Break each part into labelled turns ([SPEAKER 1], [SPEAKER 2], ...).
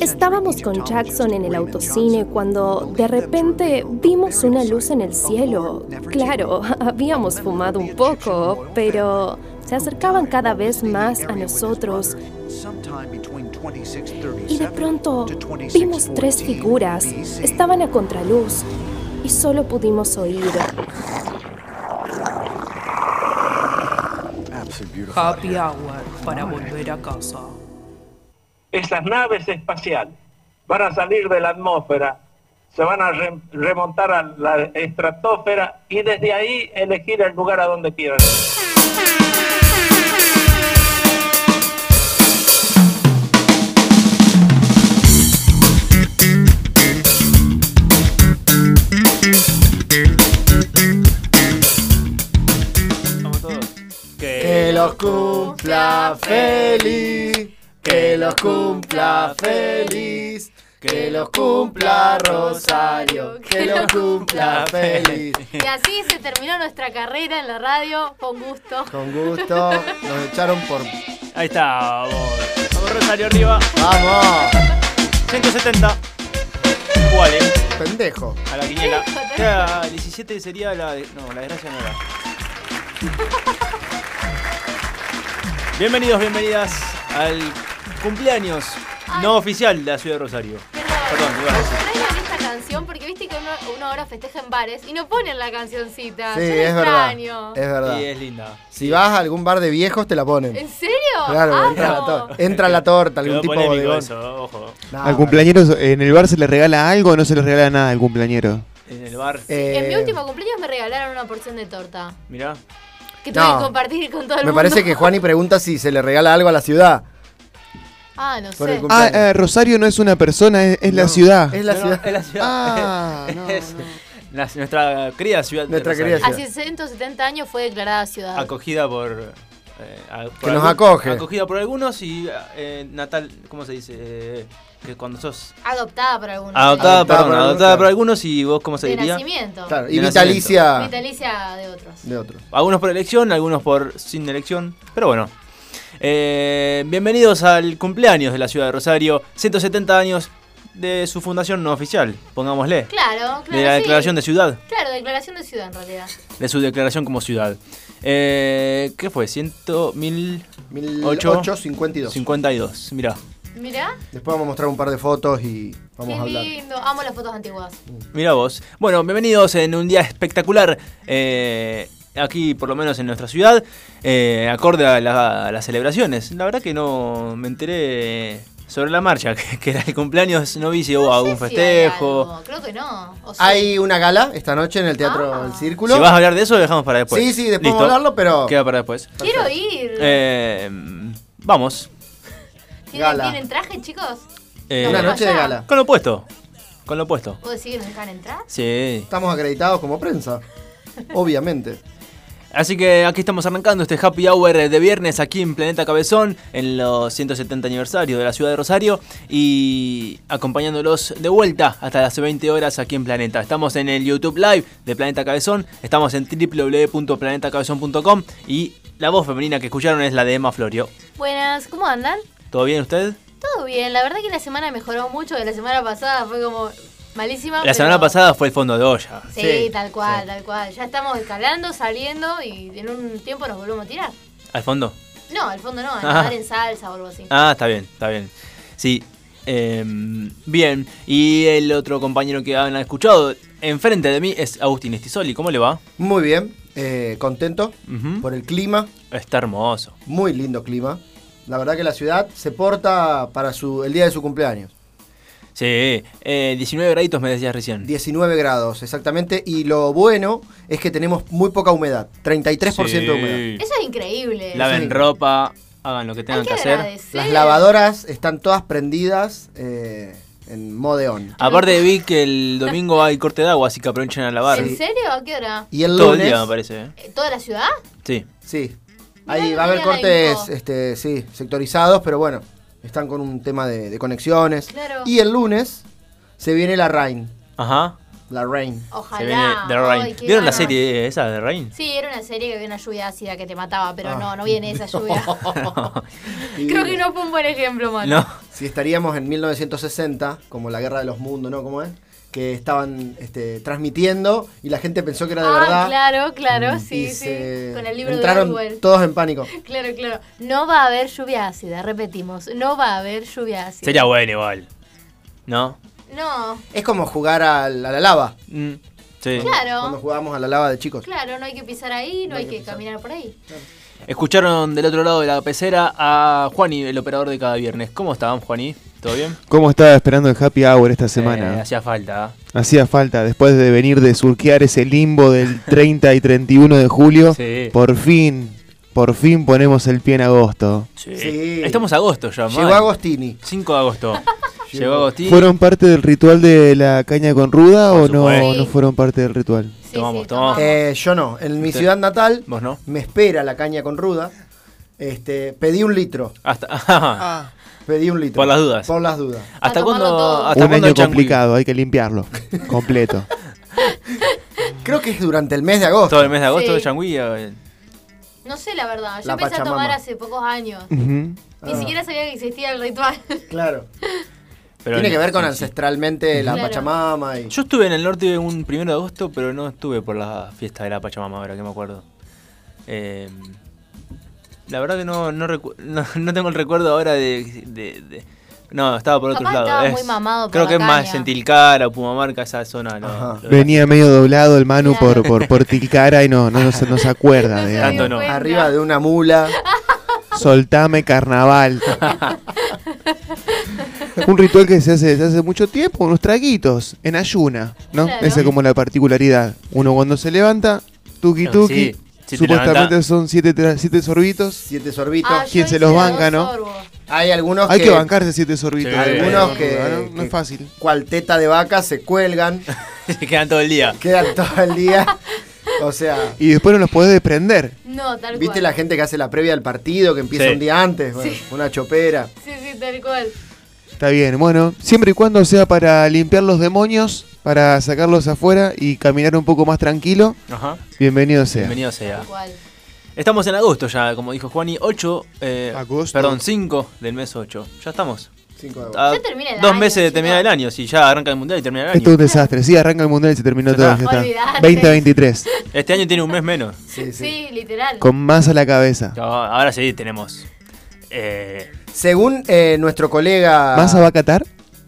[SPEAKER 1] Estábamos con Jackson en el autocine cuando de repente vimos una luz en el cielo. Claro, habíamos fumado un poco, pero se acercaban cada vez más a nosotros. Y de pronto vimos tres figuras. Estaban a contraluz y solo pudimos oír.
[SPEAKER 2] Happy hour para volver a casa.
[SPEAKER 3] Esas naves espaciales van a salir de la atmósfera, se van a re- remontar a la estratosfera y desde ahí elegir el lugar a donde quieran.
[SPEAKER 4] Estamos todos.
[SPEAKER 5] Que los cumpla feliz, que los cumpla feliz, que los cumpla Rosario, que los cumpla feliz.
[SPEAKER 6] Y así se terminó nuestra carrera en la radio con gusto.
[SPEAKER 5] Con gusto, nos echaron por...
[SPEAKER 4] Ahí está, vos. Vamos, Rosario arriba.
[SPEAKER 5] ¡Vamos!
[SPEAKER 4] 170. ¿Cuál, eh?
[SPEAKER 5] Pendejo.
[SPEAKER 4] A la quiniela. Ya, 17 sería la. de- No, la desgracia no era. Bienvenidos, bienvenidas al cumpleaños no oficial de la ciudad de Rosario. Perdón, iba a decir.
[SPEAKER 6] Traigan esta canción porque viste que uno, uno ahora festeja en bares y no ponen la cancioncita.
[SPEAKER 5] Sí,
[SPEAKER 6] Ah, Yo la
[SPEAKER 5] es verdad.
[SPEAKER 6] extraño.
[SPEAKER 5] Es verdad.
[SPEAKER 4] Y es linda.
[SPEAKER 5] Si vas a algún bar de viejos, te la ponen.
[SPEAKER 6] ¿En serio?
[SPEAKER 5] Claro,
[SPEAKER 6] Amo.
[SPEAKER 5] entra la, torta. entra la torta, algún
[SPEAKER 4] Quedó
[SPEAKER 5] tipo de
[SPEAKER 4] polémico
[SPEAKER 5] bodegón.
[SPEAKER 4] eso, ojo.
[SPEAKER 5] No,
[SPEAKER 7] Ah, Al cumpleañero en el bar se le regala algo o no se le regala nada al cumpleañero. Ah,
[SPEAKER 4] En el bar.
[SPEAKER 5] eh,
[SPEAKER 6] En mi último cumpleaños me regalaron una porción de torta.
[SPEAKER 4] Mirá.
[SPEAKER 6] Que tuve
[SPEAKER 5] No.
[SPEAKER 6] que compartir con todo el
[SPEAKER 5] Me
[SPEAKER 6] mundo.
[SPEAKER 5] parece que Juani pregunta si se le regala algo a la ciudad.
[SPEAKER 6] Ah, no
[SPEAKER 5] Por el
[SPEAKER 6] sé.
[SPEAKER 5] cum-
[SPEAKER 7] Ah,
[SPEAKER 5] Cumpleaños.
[SPEAKER 7] eh, Rosario no es una persona, es, es la
[SPEAKER 5] No,
[SPEAKER 7] ciudad.
[SPEAKER 5] Es la
[SPEAKER 4] No, no,
[SPEAKER 5] ciudad.
[SPEAKER 4] es la ciudad.
[SPEAKER 7] Ah, no,
[SPEAKER 4] Es la- nuestra querida ciudad. de
[SPEAKER 5] Nuestra querida
[SPEAKER 4] Rosario.
[SPEAKER 6] Hace 170 años fue declarada ciudad.
[SPEAKER 4] Acogida por. eh, a- por
[SPEAKER 5] Que nos acoge.
[SPEAKER 4] Acogida por algunos y eh, natal. ¿Cómo se dice? Eh, que cuando sos
[SPEAKER 6] Adoptada por algunos.
[SPEAKER 4] Adoptada,
[SPEAKER 5] Adoptada
[SPEAKER 4] perdón,
[SPEAKER 5] por
[SPEAKER 4] adoptada
[SPEAKER 5] algunos.
[SPEAKER 4] por algunos y vos, ¿cómo se
[SPEAKER 6] de
[SPEAKER 4] diría?
[SPEAKER 6] nacimiento.
[SPEAKER 5] Claro, y
[SPEAKER 4] de
[SPEAKER 5] vitalicia
[SPEAKER 6] Vitalicia de otros.
[SPEAKER 5] de otro.
[SPEAKER 4] Algunos por elección, algunos por sin elección, pero bueno. Eh, bienvenidos al cumpleaños de la ciudad de Rosario, 170 años de su fundación no oficial, pongámosle,
[SPEAKER 6] Claro, claro.
[SPEAKER 4] de la
[SPEAKER 6] sí.
[SPEAKER 4] declaración de ciudad,
[SPEAKER 6] Claro, declaración de ciudad en realidad.
[SPEAKER 4] de su declaración como ciudad. Eh, ¿Qué fue? 100.052.
[SPEAKER 5] 1852.
[SPEAKER 4] Mirá,
[SPEAKER 6] Mirá,
[SPEAKER 5] Después vamos a mostrar un par de fotos y vamos a
[SPEAKER 6] qué
[SPEAKER 5] hablar.
[SPEAKER 6] lindo. Amo las fotos antiguas.
[SPEAKER 4] mirá vos. Bueno, bienvenidos en un día espectacular. eh, Aquí, por lo menos en nuestra ciudad, eh, acorde a, la- a las celebraciones. La verdad que no me enteré sobre la marcha, que, que era el cumpleaños, no vi si hubo
[SPEAKER 6] No
[SPEAKER 4] algún
[SPEAKER 6] sé si hay
[SPEAKER 4] festejo.
[SPEAKER 6] algo, Creo que no. O sea,
[SPEAKER 5] Hay una gala esta noche en el Teatro
[SPEAKER 6] Ah.
[SPEAKER 5] del
[SPEAKER 4] Si
[SPEAKER 5] Círculo.
[SPEAKER 4] vas a hablar de eso, lo dejamos para después.
[SPEAKER 5] sí, sí, después vamos a hablarlo, pero
[SPEAKER 4] Queda para después.
[SPEAKER 6] Quiero ir.
[SPEAKER 4] Eh, vamos.
[SPEAKER 6] ¿Tienen,
[SPEAKER 5] gala.
[SPEAKER 6] tienen traje, chicos?
[SPEAKER 4] Eh,
[SPEAKER 5] una noche de
[SPEAKER 6] Allá.
[SPEAKER 5] gala.
[SPEAKER 4] con lo puesto. Con lo puesto.
[SPEAKER 6] ¿Puedo decir que nos dejan entrar?
[SPEAKER 4] Sí.
[SPEAKER 5] Estamos acreditados como prensa, obviamente.
[SPEAKER 4] Así que aquí estamos arrancando este happy hour de viernes aquí en Planeta Cabezón, en los 170 aniversario de la ciudad de Rosario y acompañándolos de vuelta hasta las 20 horas aquí en Planeta. Estamos en el YouTube Live de Planeta Cabezón, estamos en www.planetacabezón.com y la voz femenina que escucharon es la de Emma Florio.
[SPEAKER 6] Buenas, ¿cómo andan?
[SPEAKER 4] ¿Todo bien usted?
[SPEAKER 6] Todo bien, la verdad que la semana mejoró mucho, de la semana pasada fue como malísima.
[SPEAKER 4] La
[SPEAKER 6] pero-
[SPEAKER 4] semana pasada fue el fondo de olla.
[SPEAKER 6] Sí,
[SPEAKER 5] Sí,
[SPEAKER 6] tal cual, tal cual. Ya estamos escalando, saliendo y en un tiempo nos volvemos a tirar.
[SPEAKER 4] ¿Al fondo?
[SPEAKER 6] No, al fondo no, a
[SPEAKER 4] Ah.
[SPEAKER 6] nadar en salsa o algo así.
[SPEAKER 4] Ah, está bien, está bien. Sí. em, bien, y el otro compañero que han escuchado enfrente de mí es Agustín Estisoli. ¿Cómo le va?
[SPEAKER 5] Muy bien, eh, contento
[SPEAKER 4] Ujú.
[SPEAKER 5] por el clima,
[SPEAKER 4] Está hermoso.
[SPEAKER 5] muy lindo clima. La verdad que la ciudad se porta para su, el día de su cumpleaños.
[SPEAKER 4] Sí, eh, 19 graditos me decías recién.
[SPEAKER 5] 19 grados, exactamente. Y lo bueno es que tenemos muy poca humedad, 33% de humedad.
[SPEAKER 4] Sí.
[SPEAKER 6] Eso es increíble.
[SPEAKER 4] Laven
[SPEAKER 5] Sí.
[SPEAKER 4] ropa, hagan lo que tengan
[SPEAKER 6] Hay
[SPEAKER 4] que,
[SPEAKER 6] que
[SPEAKER 4] hacer.
[SPEAKER 6] agradecer.
[SPEAKER 5] Las lavadoras están todas prendidas eh, en modeón.
[SPEAKER 4] Aparte vi que el domingo hay corte de agua, así que aprovechen a lavar.
[SPEAKER 6] ¿En serio? ¿A qué hora?
[SPEAKER 5] Y el
[SPEAKER 4] Todo el
[SPEAKER 5] lunes,
[SPEAKER 4] día me parece. ¿eh?
[SPEAKER 6] Eh, ¿Toda la ciudad?
[SPEAKER 4] Sí.
[SPEAKER 5] sí,
[SPEAKER 6] Mirá,
[SPEAKER 5] ahí
[SPEAKER 6] no
[SPEAKER 5] va a haber
[SPEAKER 6] tenía la
[SPEAKER 5] cortes,
[SPEAKER 6] info.
[SPEAKER 5] este, sí, sectorizados, pero bueno, están con un tema de, de conexiones.
[SPEAKER 6] Claro.
[SPEAKER 5] Y el lunes se viene la Rain.
[SPEAKER 4] Ajá.
[SPEAKER 5] La Rain.
[SPEAKER 6] Ojalá.
[SPEAKER 4] Se viene The Rain.
[SPEAKER 6] Ay, qué
[SPEAKER 4] ¿Vieron la
[SPEAKER 6] ganas.
[SPEAKER 4] serie esa de Rain?
[SPEAKER 6] Sí, era una serie que había una lluvia ácida que te mataba, pero
[SPEAKER 5] Ah.
[SPEAKER 6] no, no viene esa lluvia. Creo que no fue un buen ejemplo, mano.
[SPEAKER 4] No.
[SPEAKER 5] Si estaríamos en 1960, como la Guerra de los Mundos, ¿no? ¿Cómo es? Que estaban este, transmitiendo y la gente pensó que era de
[SPEAKER 6] ah,
[SPEAKER 5] verdad. mm,
[SPEAKER 6] claro, claro,
[SPEAKER 5] y
[SPEAKER 6] sí, sí.
[SPEAKER 5] se
[SPEAKER 6] Con el libro
[SPEAKER 5] entraron
[SPEAKER 6] de Orwell.
[SPEAKER 5] todos en pánico.
[SPEAKER 6] Claro, claro. No va a haber lluvia ácida, repetimos. No va a haber lluvia ácida.
[SPEAKER 4] Sería bueno igual. ¿No?
[SPEAKER 6] No,
[SPEAKER 5] Es como jugar al- a, la lava.
[SPEAKER 4] Mm, Sí.
[SPEAKER 5] Cuando
[SPEAKER 6] claro.
[SPEAKER 5] jugábamos a la lava de chicos.
[SPEAKER 6] Claro, no hay que pisar ahí, no, hay que, caminar por ahí.
[SPEAKER 4] Escucharon del otro lado de la pecera a Juani, el operador de cada viernes. ¿Cómo estaban, Juani? ¿Todo bien?
[SPEAKER 7] ¿Cómo estaba esperando el happy hour esta
[SPEAKER 4] Eh,
[SPEAKER 7] semana?
[SPEAKER 4] hacía falta.
[SPEAKER 7] Hacía falta, después de venir de surquear ese limbo del 30 y 31 de julio,
[SPEAKER 4] Sí.
[SPEAKER 7] por fin, por fin ponemos el pie en agosto.
[SPEAKER 4] Sí.
[SPEAKER 5] Sí.
[SPEAKER 4] Eh, Estamos a agosto ya,
[SPEAKER 5] Llegó Agostini.
[SPEAKER 4] 5 de agosto. Llegó Agostín.
[SPEAKER 7] ¿Fueron parte del ritual de la caña con ruda
[SPEAKER 4] Por
[SPEAKER 7] o no,
[SPEAKER 4] supuesto.
[SPEAKER 7] no fueron parte del ritual?
[SPEAKER 6] Sí,
[SPEAKER 4] Tomamos,
[SPEAKER 6] sí,
[SPEAKER 4] tomamos.
[SPEAKER 5] Eh, yo no. En mi
[SPEAKER 4] Usted-
[SPEAKER 5] ciudad natal
[SPEAKER 4] ¿Vos no?
[SPEAKER 5] me espera la caña con ruda. Este, pedí un litro.
[SPEAKER 4] Hasta,
[SPEAKER 5] Ah, Pedí un litro.
[SPEAKER 4] Por las dudas.
[SPEAKER 5] Por las dudas.
[SPEAKER 4] ¿Hasta
[SPEAKER 6] tomarlo
[SPEAKER 4] cuándo?
[SPEAKER 6] todo.
[SPEAKER 4] Hasta
[SPEAKER 7] Un
[SPEAKER 4] cuándo
[SPEAKER 7] año
[SPEAKER 4] changui?
[SPEAKER 7] complicado, hay que limpiarlo, completo.
[SPEAKER 5] Creo que es durante el mes de agosto.
[SPEAKER 4] Todo el mes de agosto
[SPEAKER 6] Sí.
[SPEAKER 4] de Changui. eh,
[SPEAKER 6] No sé la verdad, yo
[SPEAKER 5] La
[SPEAKER 6] empecé
[SPEAKER 5] Pachamama. Ah.
[SPEAKER 6] a tomar hace pocos años.
[SPEAKER 7] Ujú.
[SPEAKER 6] Ni siquiera sabía que existía el ritual.
[SPEAKER 5] Claro.
[SPEAKER 4] pero
[SPEAKER 5] Tiene
[SPEAKER 4] no-
[SPEAKER 5] que ver con
[SPEAKER 4] sí, sí.
[SPEAKER 5] ancestralmente la
[SPEAKER 6] Claro.
[SPEAKER 5] Pachamama y.
[SPEAKER 4] Yo estuve en el norte un primero de agosto, pero no estuve por la fiesta de la Pachamama, ahora que me acuerdo. Eh, la verdad que no, no, recu- no, no tengo el recuerdo ahora de... de- de- no, estaba por otro
[SPEAKER 6] Capaz
[SPEAKER 4] lado.
[SPEAKER 6] estaba muy mamado por
[SPEAKER 4] creo
[SPEAKER 6] la
[SPEAKER 4] que es más
[SPEAKER 6] caña.
[SPEAKER 4] en Tilcara, Pumamarca, esa zona. no,
[SPEAKER 5] Ajá.
[SPEAKER 4] lo-
[SPEAKER 7] Venía medio doblado el Manu
[SPEAKER 6] Claro.
[SPEAKER 7] por, por, por Tilcara y no, no, no se, no se acuerda.
[SPEAKER 6] No se
[SPEAKER 7] digamos.
[SPEAKER 4] Tanto no.
[SPEAKER 6] cuenta.
[SPEAKER 5] Arriba de una mula.
[SPEAKER 7] Soltame carnaval. Un ritual que se hace desde hace mucho tiempo, unos traguitos, en ayuna, ¿no?
[SPEAKER 6] Claro.
[SPEAKER 7] Esa es como la particularidad. Uno cuando se levanta, tuki
[SPEAKER 4] Ah,
[SPEAKER 7] tuki,
[SPEAKER 4] sí. Si te
[SPEAKER 7] supuestamente
[SPEAKER 4] levantás.
[SPEAKER 7] son siete, tra- siete sorbitos.
[SPEAKER 5] Siete sorbitos.
[SPEAKER 6] Ah, yo
[SPEAKER 7] ¿Quién se
[SPEAKER 6] hice
[SPEAKER 7] los
[SPEAKER 6] dos
[SPEAKER 7] banca, no?
[SPEAKER 6] sorbos.
[SPEAKER 5] Hay algunos
[SPEAKER 7] Hay
[SPEAKER 5] que.
[SPEAKER 7] que bancarse siete sorbitos.
[SPEAKER 4] Sí.
[SPEAKER 5] Algunos
[SPEAKER 7] Eh,
[SPEAKER 5] que.
[SPEAKER 7] No, no
[SPEAKER 5] que
[SPEAKER 7] es fácil.
[SPEAKER 5] Cual teta de vaca se cuelgan,
[SPEAKER 4] Se quedan todo el día.
[SPEAKER 5] quedan todo el día. O sea.
[SPEAKER 7] Y después no los podés desprender.
[SPEAKER 6] No, tal
[SPEAKER 5] ¿Viste
[SPEAKER 6] cual.
[SPEAKER 5] la gente que hace la previa del partido, que empieza
[SPEAKER 4] Sí.
[SPEAKER 5] un día antes? Bueno, Una chopera.
[SPEAKER 6] Sí, sí, tal cual.
[SPEAKER 7] Está bien, bueno, siempre y cuando sea para limpiar los demonios, para sacarlos afuera y caminar un poco más tranquilo,
[SPEAKER 4] Ajá.
[SPEAKER 7] bienvenido sea.
[SPEAKER 4] Bienvenido sea.
[SPEAKER 6] Tal cual.
[SPEAKER 4] Estamos en agosto ya, como dijo Juani. 8, eh,
[SPEAKER 7] Agosto.
[SPEAKER 4] perdón, 5 del mes 8. Ya estamos.
[SPEAKER 5] Cinco de
[SPEAKER 4] A
[SPEAKER 6] Ya termina el
[SPEAKER 4] dos
[SPEAKER 6] año,
[SPEAKER 4] meses de terminar el
[SPEAKER 6] chicos.
[SPEAKER 4] año. Si ya arranca el mundial y termina el año.
[SPEAKER 7] Esto es un desastre. Sí, arranca el mundial y se terminó
[SPEAKER 4] Ya
[SPEAKER 7] todo.
[SPEAKER 4] está.
[SPEAKER 7] ya está.
[SPEAKER 6] Olvidate.
[SPEAKER 7] 2023.
[SPEAKER 4] Este año tiene un mes menos.
[SPEAKER 5] Sí, sí.
[SPEAKER 6] Sí, literal.
[SPEAKER 7] Con más a la cabeza.
[SPEAKER 4] No, ahora sí tenemos. Eh,
[SPEAKER 5] Según eh, nuestro colega.
[SPEAKER 7] ¿Más a Bacatar?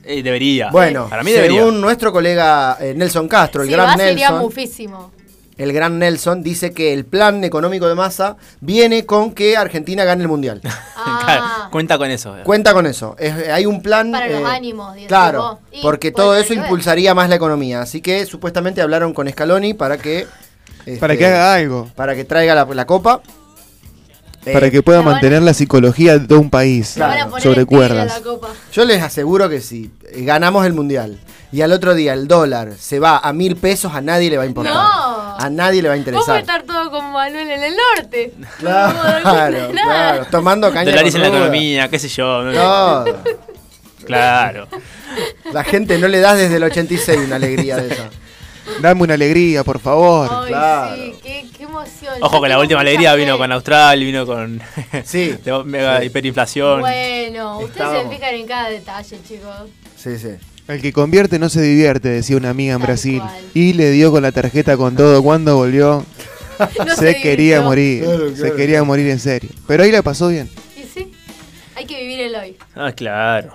[SPEAKER 4] eh, debería.
[SPEAKER 5] Bueno,
[SPEAKER 4] para mí
[SPEAKER 5] según
[SPEAKER 4] debería.
[SPEAKER 5] nuestro colega eh, Nelson Castro, el
[SPEAKER 6] si va
[SPEAKER 5] gran
[SPEAKER 6] sería
[SPEAKER 5] Nelson.
[SPEAKER 6] mufísimo.
[SPEAKER 5] El gran Nelson dice que el plan económico de masa viene con que Argentina gane el mundial.
[SPEAKER 4] Claro,
[SPEAKER 6] Ah,
[SPEAKER 4] cuenta con eso.
[SPEAKER 5] Cuenta con eso. Es- hay un plan. eh,
[SPEAKER 6] Para los ánimos, digo,
[SPEAKER 5] Claro,
[SPEAKER 6] tipo, y
[SPEAKER 5] porque
[SPEAKER 6] puede
[SPEAKER 5] todo
[SPEAKER 6] tener
[SPEAKER 5] eso
[SPEAKER 6] que ver.
[SPEAKER 5] impulsaría más la economía. Así que supuestamente hablaron con Scaloni para que.
[SPEAKER 7] Para
[SPEAKER 5] este,
[SPEAKER 7] que haga algo.
[SPEAKER 5] Para que traiga la, la copa. Eh,
[SPEAKER 7] Para que pueda
[SPEAKER 6] la van a-
[SPEAKER 7] mantener la psicología de todo un país
[SPEAKER 6] se van a
[SPEAKER 5] claro,
[SPEAKER 6] poner
[SPEAKER 7] sobre
[SPEAKER 6] en tira
[SPEAKER 7] cuerdas.
[SPEAKER 6] la copa.
[SPEAKER 5] Yo les aseguro que si eh, ganamos el mundial y al otro día el dólar se va a mil pesos, a nadie le va a importar.
[SPEAKER 6] No.
[SPEAKER 5] A nadie le va a
[SPEAKER 6] Vos podés
[SPEAKER 5] interesar.
[SPEAKER 6] estar todo con Manuel en el norte. No me puedo dar
[SPEAKER 5] Claro,
[SPEAKER 6] cuenta de nada.
[SPEAKER 5] claro. Tomando caña.
[SPEAKER 4] Dolaris en
[SPEAKER 5] con
[SPEAKER 4] la
[SPEAKER 5] ruda.
[SPEAKER 4] economía, qué sé yo. no sé.
[SPEAKER 5] Todo.
[SPEAKER 4] Claro.
[SPEAKER 5] La gente no le das desde el 86 una alegría de esa.
[SPEAKER 7] Dame una alegría, por favor.
[SPEAKER 6] Ay,
[SPEAKER 5] Claro.
[SPEAKER 6] sí, qué, qué emoción.
[SPEAKER 4] Ojo
[SPEAKER 6] Yo
[SPEAKER 4] que la
[SPEAKER 6] tengo
[SPEAKER 4] última
[SPEAKER 6] mucha
[SPEAKER 4] alegría
[SPEAKER 6] fe.
[SPEAKER 4] vino con Austral, vino con
[SPEAKER 5] Sí.
[SPEAKER 4] de- mega
[SPEAKER 5] Sí.
[SPEAKER 4] hiperinflación.
[SPEAKER 6] Bueno, ustedes
[SPEAKER 5] Estábamos.
[SPEAKER 6] se fijan en cada detalle, chicos.
[SPEAKER 5] Sí, sí.
[SPEAKER 7] El que convierte no se divierte, decía una amiga en
[SPEAKER 6] Tal
[SPEAKER 7] Brasil.
[SPEAKER 6] cual.
[SPEAKER 7] Y le dio con la tarjeta con todo cuando volvió.
[SPEAKER 6] No
[SPEAKER 7] se
[SPEAKER 6] divirtió.
[SPEAKER 7] quería morir.
[SPEAKER 5] Claro,
[SPEAKER 7] Se
[SPEAKER 5] claro.
[SPEAKER 7] quería morir en serio. Pero ahí la pasó bien.
[SPEAKER 6] Y sí, hay que vivir el hoy.
[SPEAKER 4] Ah, claro.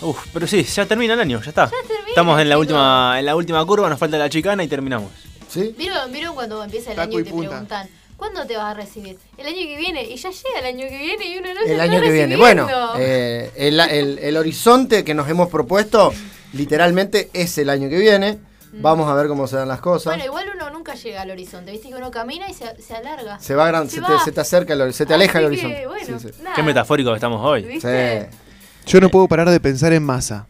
[SPEAKER 4] Uf, pero sí, ya termina el año, ya está.
[SPEAKER 6] termina,
[SPEAKER 4] Estamos en la
[SPEAKER 6] chicos.
[SPEAKER 4] última en la última curva, nos falta la chicana y terminamos.
[SPEAKER 5] ¿Sí?
[SPEAKER 6] ¿Vieron, vieron cuando empieza el
[SPEAKER 7] Taco
[SPEAKER 6] año
[SPEAKER 7] y
[SPEAKER 6] y te
[SPEAKER 7] punta.
[SPEAKER 6] preguntan, ¿cuándo te vas a recibir? El año que viene. Y ya llega el año que viene y uno no se
[SPEAKER 5] El
[SPEAKER 6] está
[SPEAKER 5] año que viene.
[SPEAKER 6] recibiendo.
[SPEAKER 5] Bueno, eh, el, el- el horizonte que nos hemos propuesto literalmente es el año que viene. Vamos a ver cómo se dan las cosas.
[SPEAKER 6] Mm. Bueno, igual uno nunca llega al horizonte, viste que uno camina y se, se alarga.
[SPEAKER 5] Se va, gran,
[SPEAKER 6] Se
[SPEAKER 5] se,
[SPEAKER 6] va.
[SPEAKER 5] Te, se te acerca, el hor- se te aleja el
[SPEAKER 6] Así que,
[SPEAKER 5] horizonte.
[SPEAKER 6] bueno,
[SPEAKER 5] Sí, sí.
[SPEAKER 6] nada.
[SPEAKER 4] Qué metafórico que estamos hoy.
[SPEAKER 6] ¿Viste?
[SPEAKER 5] Sí.
[SPEAKER 7] Yo no puedo parar de pensar en masa.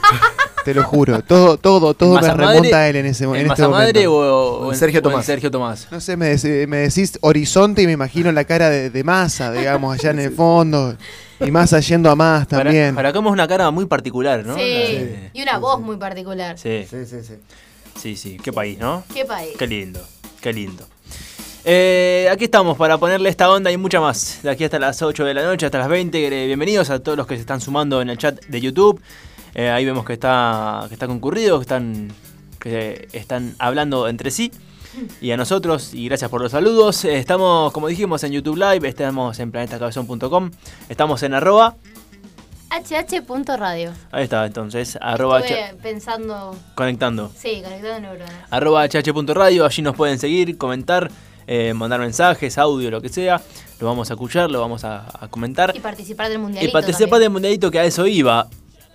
[SPEAKER 7] Te lo juro. Todo, todo, todo me
[SPEAKER 4] ¿Masa madre-
[SPEAKER 7] remonta a él en ese, mo-
[SPEAKER 4] en
[SPEAKER 7] en este
[SPEAKER 4] Masa
[SPEAKER 7] momento.
[SPEAKER 4] Madre o, o
[SPEAKER 5] O en Sergio
[SPEAKER 4] o
[SPEAKER 5] Tomás.
[SPEAKER 4] Sergio Tomás.
[SPEAKER 7] No sé, me, dec- me decís horizonte y me imagino la cara de, de masa, digamos, allá en el fondo. Y masa yendo a más
[SPEAKER 4] Para,
[SPEAKER 7] también.
[SPEAKER 4] para cómo es una cara muy particular, ¿no?
[SPEAKER 6] Sí.
[SPEAKER 4] La-
[SPEAKER 6] Y una voz muy particular.
[SPEAKER 4] Sí.
[SPEAKER 5] Sí, sí, sí.
[SPEAKER 4] Sí, sí, qué país, ¿no?
[SPEAKER 6] ¿Qué país?
[SPEAKER 4] Qué lindo, qué lindo. Eh, aquí estamos para ponerle esta onda y mucha más. De aquí hasta las 8 de la noche, hasta las 20. Eh, Bienvenidos a todos los que se están sumando en el chat de YouTube. Eh, ahí vemos que está, que está concurrido, que están, que están hablando entre sí. Y a nosotros, y gracias por los saludos. Eh, Estamos, como dijimos, en YouTube Live, estamos en planetacabezón.com, estamos en arroba.
[SPEAKER 6] hh.radio.
[SPEAKER 4] Ahí está, entonces, arroba
[SPEAKER 6] Estuve
[SPEAKER 4] H-
[SPEAKER 6] pensando,
[SPEAKER 4] conectando.
[SPEAKER 6] sí, conectado neuronas.
[SPEAKER 4] arroba hh.radio, allí nos pueden seguir, comentar, eh, mandar mensajes, audio, lo que sea. Lo vamos a escuchar, lo vamos a, a comentar.
[SPEAKER 6] Y participar del mundialito.
[SPEAKER 4] Y participar
[SPEAKER 6] también.
[SPEAKER 4] del mundialito que a eso iba.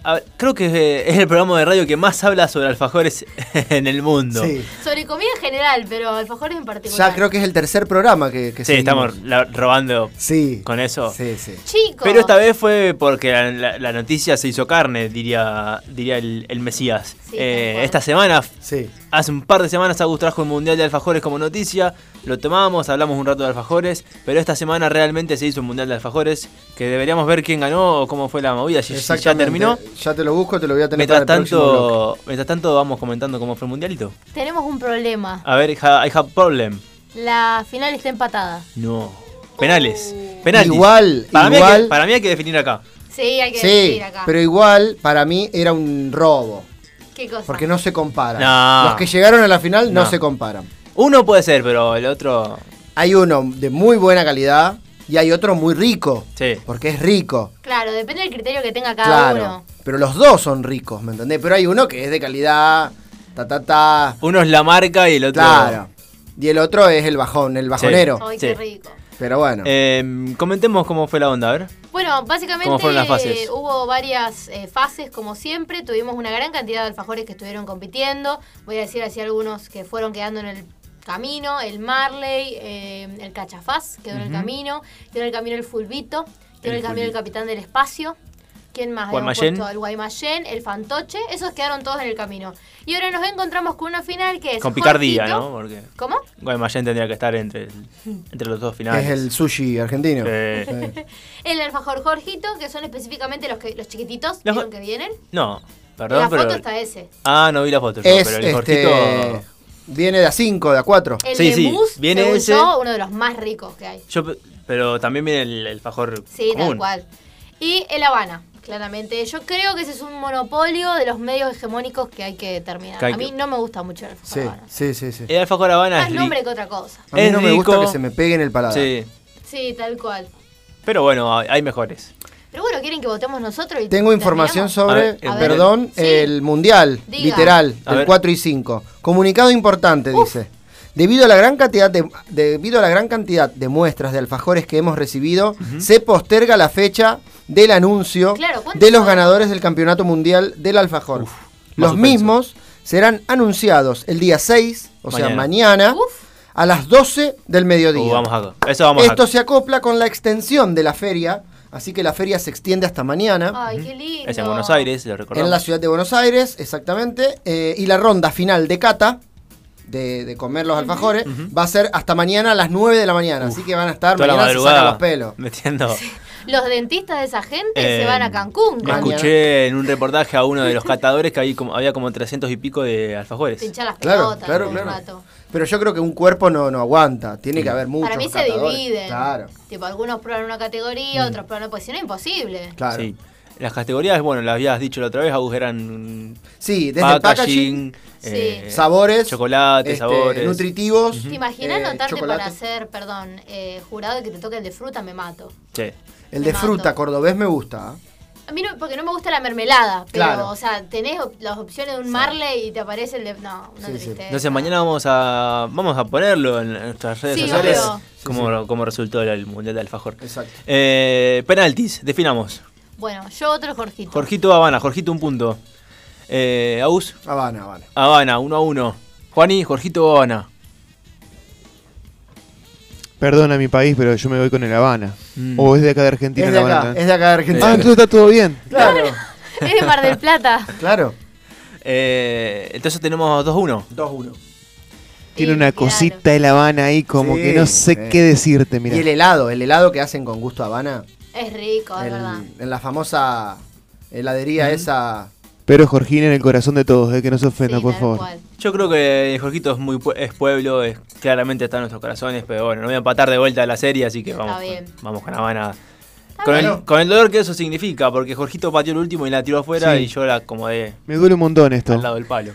[SPEAKER 4] A- creo que eh, es el programa de radio que más habla sobre alfajores en el mundo.
[SPEAKER 5] Sí.
[SPEAKER 6] Sobre comida en general, pero alfajores en particular.
[SPEAKER 5] Ya creo que es el tercer programa que, que
[SPEAKER 4] Sí,
[SPEAKER 5] seguimos.
[SPEAKER 4] estamos la- robando
[SPEAKER 5] Sí.
[SPEAKER 4] con eso.
[SPEAKER 5] Sí, sí.
[SPEAKER 6] Chicos.
[SPEAKER 4] Pero esta vez fue porque la, la- la noticia se hizo carne, diría, diría el, el Mesías.
[SPEAKER 6] Sí,
[SPEAKER 4] Eh,
[SPEAKER 6] tal cual.
[SPEAKER 4] esta semana,
[SPEAKER 5] Sí.
[SPEAKER 4] hace un par de semanas, Agus trajo el Mundial de Alfajores como noticia. Lo tomamos, hablamos un rato de alfajores. Pero esta semana realmente se hizo un Mundial de Alfajores. Que deberíamos ver quién ganó o cómo fue la movida. Si, si ya
[SPEAKER 5] Exactamente.
[SPEAKER 4] terminó.
[SPEAKER 5] Ya te lo busco, te lo voy a tener
[SPEAKER 4] Mientras
[SPEAKER 5] para el próximo bloque.
[SPEAKER 4] tanto, mientras tanto, vamos comentando cómo fue el Mundialito.
[SPEAKER 6] Tenemos un problema.
[SPEAKER 4] A ver, I ha- I have problem.
[SPEAKER 6] La final está empatada.
[SPEAKER 4] No. Penales. Penaltis.
[SPEAKER 5] Oh. Igual,
[SPEAKER 4] Para, Mí hay que,
[SPEAKER 5] igual.
[SPEAKER 4] para mí hay que definir acá.
[SPEAKER 6] Sí, hay que
[SPEAKER 5] Sí,
[SPEAKER 6] decir acá.
[SPEAKER 5] pero igual para mí era un robo.
[SPEAKER 6] ¿Qué cosa?
[SPEAKER 5] Porque no se comparan.
[SPEAKER 4] No.
[SPEAKER 5] Los que llegaron a la final no,
[SPEAKER 4] No.
[SPEAKER 5] se comparan.
[SPEAKER 4] Uno puede ser, pero el otro.
[SPEAKER 5] Hay uno de muy buena calidad y hay otro muy rico.
[SPEAKER 4] Sí.
[SPEAKER 5] Porque es rico.
[SPEAKER 6] Claro, depende del criterio que tenga cada
[SPEAKER 5] claro.
[SPEAKER 6] uno.
[SPEAKER 5] Pero los dos son ricos, ¿me entendés? Pero hay uno que es de calidad. Ta, ta, ta.
[SPEAKER 4] Uno es la marca y el otro.
[SPEAKER 5] Claro. Y el otro es el bajón, el bajonero.
[SPEAKER 6] Ay,
[SPEAKER 4] Sí.
[SPEAKER 6] qué rico.
[SPEAKER 5] Pero bueno.
[SPEAKER 4] Eh, comentemos cómo fue la onda, a ver.
[SPEAKER 6] Bueno, básicamente
[SPEAKER 4] ¿Cómo fueron las fases?
[SPEAKER 6] eh, hubo varias eh, fases, como siempre. Tuvimos una gran cantidad de alfajores que estuvieron compitiendo. Voy a decir así algunos que fueron quedando en el camino. El Marley, eh, el Cachafaz quedó en el camino. Quedó en el camino el Fulbito. Quedó en
[SPEAKER 4] El
[SPEAKER 6] el camino el
[SPEAKER 4] Fulbito.
[SPEAKER 6] Capitán del Espacio. ¿Quién más? habíamos
[SPEAKER 4] Guaymallén.
[SPEAKER 6] puesto? El Guaymallén, el Fantoche. Esos quedaron todos en el camino. Y ahora nos encontramos con una final que es...
[SPEAKER 4] Con picardía,
[SPEAKER 6] Jorgito.
[SPEAKER 4] ¿no? Porque
[SPEAKER 6] ¿Cómo?
[SPEAKER 4] Guaymallén tendría que estar entre, el- entre los dos finales.
[SPEAKER 5] es el sushi argentino.
[SPEAKER 4] Eh,
[SPEAKER 6] El alfajor Jorgito, que son específicamente los, que, los chiquititos,
[SPEAKER 4] Los-
[SPEAKER 6] ¿vieron que vienen.
[SPEAKER 4] No,
[SPEAKER 6] Y
[SPEAKER 4] perdón,
[SPEAKER 6] la
[SPEAKER 4] pero.
[SPEAKER 6] foto está ese.
[SPEAKER 4] Ah, no vi la foto. yo,
[SPEAKER 5] Es
[SPEAKER 4] pero el
[SPEAKER 5] este.
[SPEAKER 4] Jorgito.
[SPEAKER 5] Viene de A5, de A4.
[SPEAKER 6] El
[SPEAKER 4] Sí,
[SPEAKER 6] de
[SPEAKER 4] sí,
[SPEAKER 6] mousse,
[SPEAKER 4] viene
[SPEAKER 6] según
[SPEAKER 4] ese.
[SPEAKER 6] yo, uno de los más ricos que hay.
[SPEAKER 4] Yo, pe- pero también viene el, el fajor.
[SPEAKER 6] Sí,
[SPEAKER 4] común.
[SPEAKER 6] tal cual. Y el Habana, claramente. Yo creo que ese es un monopolio de los medios hegemónicos que hay que terminar.
[SPEAKER 4] Que hay
[SPEAKER 6] A mí
[SPEAKER 4] que-
[SPEAKER 6] no me gusta mucho el
[SPEAKER 5] Sí,
[SPEAKER 6] alfajor Habana.
[SPEAKER 5] sí, sí, sí.
[SPEAKER 4] El alfajor Habana
[SPEAKER 6] Más
[SPEAKER 4] es. ri-
[SPEAKER 6] Ah, nombre que otra cosa.
[SPEAKER 5] A mí
[SPEAKER 4] Eh, es
[SPEAKER 5] no me gusta
[SPEAKER 4] rico.
[SPEAKER 5] que se me pegue en el paladar.
[SPEAKER 4] Sí,
[SPEAKER 6] Sí, tal cual.
[SPEAKER 4] pero bueno, hay- hay mejores.
[SPEAKER 6] Pero bueno, quieren que votemos nosotros y
[SPEAKER 5] Tengo información
[SPEAKER 6] terminamos?
[SPEAKER 5] sobre,
[SPEAKER 4] A ver,
[SPEAKER 6] a ver.
[SPEAKER 5] perdón,
[SPEAKER 6] Sí.
[SPEAKER 5] el mundial,
[SPEAKER 6] Diga.
[SPEAKER 5] literal,
[SPEAKER 4] A
[SPEAKER 5] del
[SPEAKER 4] ver.
[SPEAKER 5] 4 y 5. Comunicado importante, dice. Debido a, la gran cantidad de, debido a la gran cantidad de muestras de alfajores que hemos recibido, se posterga la fecha del anuncio
[SPEAKER 6] Claro, ¿cuánto
[SPEAKER 5] de los
[SPEAKER 6] fue?
[SPEAKER 5] ganadores del Campeonato Mundial del Alfajor. los
[SPEAKER 4] suspenso.
[SPEAKER 5] mismos serán anunciados el día 6, o sea, mañana,
[SPEAKER 6] Uf.
[SPEAKER 5] a las 12 del
[SPEAKER 4] Uh,
[SPEAKER 5] mediodía.
[SPEAKER 4] vamos a. Eso vamos
[SPEAKER 5] Esto
[SPEAKER 4] a.
[SPEAKER 5] se acopla con la extensión de la feria, así que la feria se extiende hasta mañana
[SPEAKER 6] Ay, qué lindo.
[SPEAKER 4] Es en Buenos Aires, lo recordamos.
[SPEAKER 5] en la ciudad de Buenos Aires, exactamente. eh, y la ronda final de cata, de, de comer los alfajores, va a ser hasta mañana a las 9 de la mañana. así que van a estar
[SPEAKER 4] Toda la
[SPEAKER 5] mañana se sacan
[SPEAKER 4] madrugada.
[SPEAKER 5] los pelos.
[SPEAKER 4] Metiendo.
[SPEAKER 6] Los dentistas de esa gente
[SPEAKER 4] Eh,
[SPEAKER 6] se van a Cancún.
[SPEAKER 4] Me
[SPEAKER 5] Mañana.
[SPEAKER 6] con-
[SPEAKER 4] escuché en un reportaje a uno de los catadores que había como, había como 300 y pico de alfajores.
[SPEAKER 6] Te hinchar las
[SPEAKER 5] Claro,
[SPEAKER 6] pelotas
[SPEAKER 5] claro,
[SPEAKER 6] por un
[SPEAKER 5] claro.
[SPEAKER 6] rato.
[SPEAKER 5] Pero yo creo que un cuerpo no, no aguanta. Tiene que haber muchos
[SPEAKER 6] Para mí se
[SPEAKER 5] catadores.
[SPEAKER 6] dividen.
[SPEAKER 5] Claro,
[SPEAKER 6] Tipo, algunos prueban una categoría,
[SPEAKER 4] Mm.
[SPEAKER 6] otros prueban otra, porque si no, imposible.
[SPEAKER 5] claro.
[SPEAKER 4] Sí.
[SPEAKER 5] Sí,
[SPEAKER 4] Las categorías, bueno, las habías dicho la otra vez, Agus, eran mm, eh,
[SPEAKER 5] desde packaging,
[SPEAKER 6] Sí.
[SPEAKER 5] sabores,
[SPEAKER 4] chocolate,
[SPEAKER 5] este,
[SPEAKER 4] sabores.
[SPEAKER 5] nutritivos.
[SPEAKER 6] ¿Te imaginas
[SPEAKER 5] eh,
[SPEAKER 6] notarte
[SPEAKER 5] chocolate.
[SPEAKER 6] para ser, perdón, eh, jurado y que te toque el de fruta? Me mato.
[SPEAKER 4] Sí.
[SPEAKER 5] El de
[SPEAKER 6] Te mato.
[SPEAKER 5] fruta cordobés me gusta. ¿eh?
[SPEAKER 6] A mí no, porque no me gusta la mermelada, pero,
[SPEAKER 5] Claro.
[SPEAKER 6] o sea, tenés op- las opciones de un Marley y te aparece el de. No, una
[SPEAKER 5] Sí, sí.
[SPEAKER 6] tristeza.
[SPEAKER 4] Entonces mañana vamos a vamos a ponerlo en nuestras redes
[SPEAKER 6] ah. Sí,
[SPEAKER 4] sociales
[SPEAKER 6] obvio.
[SPEAKER 4] como, resultó el, el Mundial de Alfajor.
[SPEAKER 5] Exacto.
[SPEAKER 4] Eh, penaltis, definamos.
[SPEAKER 6] Bueno, yo otro Jorgito.
[SPEAKER 4] Jorgito Habana, Jorgito un punto. Eh, Agus,
[SPEAKER 5] Habana, Habana.
[SPEAKER 4] Habana, 1 a 1. Juani, Jorgito Habana.
[SPEAKER 7] Perdona mi país, pero yo me voy con el Habana.
[SPEAKER 4] Mm.
[SPEAKER 7] O es de acá de Argentina
[SPEAKER 5] Es
[SPEAKER 7] el
[SPEAKER 5] de
[SPEAKER 7] Habana.
[SPEAKER 5] acá,
[SPEAKER 7] también.
[SPEAKER 5] es de acá de Argentina.
[SPEAKER 7] Ah, entonces está todo bien.
[SPEAKER 5] Claro,
[SPEAKER 6] Es de Mar del Plata.
[SPEAKER 5] claro.
[SPEAKER 4] Eh, entonces tenemos 2-1.
[SPEAKER 5] 2-1.
[SPEAKER 7] Tiene
[SPEAKER 6] Sí,
[SPEAKER 7] una
[SPEAKER 6] claro.
[SPEAKER 7] cosita el Habana ahí, como
[SPEAKER 5] Sí,
[SPEAKER 7] que no sé
[SPEAKER 5] sí.
[SPEAKER 7] qué decirte, mira.
[SPEAKER 5] Y el helado, el helado que hacen con gusto a Habana.
[SPEAKER 6] Oh, Es rico, es
[SPEAKER 5] el-
[SPEAKER 6] verdad.
[SPEAKER 5] en la famosa heladería esa
[SPEAKER 7] Pero Jorgina en el corazón de todos, eh, que no se ofenda,
[SPEAKER 6] Sí,
[SPEAKER 7] por
[SPEAKER 6] tal
[SPEAKER 7] favor.
[SPEAKER 6] cual.
[SPEAKER 4] Yo creo que eh, Jorgito es muy pue- es pueblo, es, claramente está en nuestros corazones, pero bueno, no voy a empatar de vuelta a la serie, así que
[SPEAKER 6] Está
[SPEAKER 4] vamos,
[SPEAKER 6] bien.
[SPEAKER 4] con- vamos con Habana. Con el, con el dolor que eso significa, porque Jorgito pateó el último y la tiró afuera
[SPEAKER 7] Sí.
[SPEAKER 4] y yo la acomodé
[SPEAKER 7] Me duele un montón esto,
[SPEAKER 4] al lado del palo.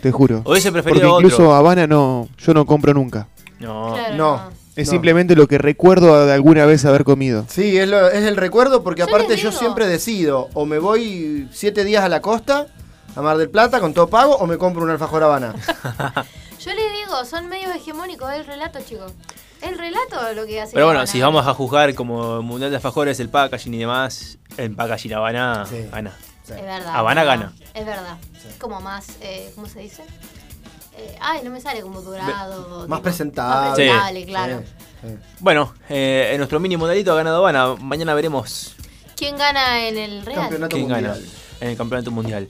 [SPEAKER 7] te juro.
[SPEAKER 4] Hubiese
[SPEAKER 7] Porque
[SPEAKER 4] preferido
[SPEAKER 7] incluso
[SPEAKER 4] otro.
[SPEAKER 7] Habana no, yo no compro nunca.
[SPEAKER 4] No.
[SPEAKER 6] Claro,
[SPEAKER 5] Ah, No.
[SPEAKER 7] Es
[SPEAKER 5] No.
[SPEAKER 7] simplemente lo que recuerdo de alguna vez haber comido.
[SPEAKER 5] Sí, es, lo- es el recuerdo porque
[SPEAKER 6] Yo
[SPEAKER 5] aparte
[SPEAKER 6] les
[SPEAKER 5] yo
[SPEAKER 6] digo.
[SPEAKER 5] siempre decido o me voy siete días a la costa, a Mar del Plata, con todo pago, o me compro un alfajor Habana.
[SPEAKER 6] Yo les digo, son medios hegemónicos el relato, chicos. El relato lo que hace.
[SPEAKER 4] Pero bueno,
[SPEAKER 6] Habana.
[SPEAKER 4] si vamos a juzgar como Mundial de Alfajores, el packaging y demás, el packaging Habana
[SPEAKER 5] Sí.
[SPEAKER 4] gana.
[SPEAKER 5] Sí.
[SPEAKER 6] Es verdad.
[SPEAKER 4] Habana
[SPEAKER 6] es verdad.
[SPEAKER 4] gana.
[SPEAKER 6] Es verdad. Es como más, eh, ¿cómo se dice? Eh, ay, no me sale como dorado.
[SPEAKER 5] Más
[SPEAKER 6] tipo,
[SPEAKER 5] presentable.
[SPEAKER 6] Más presentable, claro.
[SPEAKER 5] Sí, sí.
[SPEAKER 4] Bueno, eh, en nuestro mini mundialito ha ganado Habana. Mañana veremos
[SPEAKER 6] ¿Quién gana en el Real?
[SPEAKER 5] Campeonato
[SPEAKER 4] quién
[SPEAKER 5] mundial.
[SPEAKER 4] gana en el campeonato mundial.